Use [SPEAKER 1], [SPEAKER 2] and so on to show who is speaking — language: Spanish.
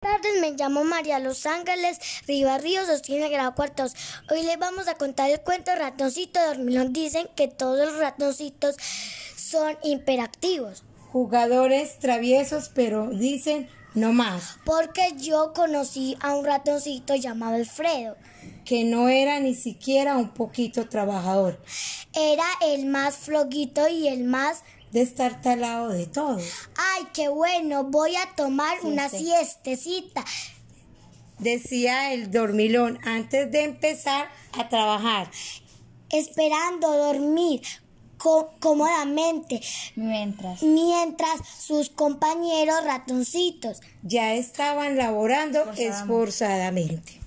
[SPEAKER 1] tardes, me llamo María Los Ángeles Riva Ríos, sostiene grado cuartos. Hoy les vamos a contar el cuento Ratoncito Dormilón. Dicen que todos los ratoncitos son hiperactivos.
[SPEAKER 2] Jugadores traviesos, pero dicen no más,
[SPEAKER 1] Porque yo conocí a un ratoncito llamado Alfredo.
[SPEAKER 2] que no era ni siquiera un poquito trabajador,
[SPEAKER 1] Era el más floguito y el más...
[SPEAKER 2] destartalado de todos.
[SPEAKER 1] ¡Ay, qué bueno! Voy a tomar una
[SPEAKER 2] sí.
[SPEAKER 1] siestecita.
[SPEAKER 2] Decía el dormilón antes de empezar a trabajar.
[SPEAKER 1] esperando dormir co- cómodamente
[SPEAKER 3] Mientras
[SPEAKER 1] mientras sus compañeros ratoncitos
[SPEAKER 2] Ya estaban laborando esforzadamente.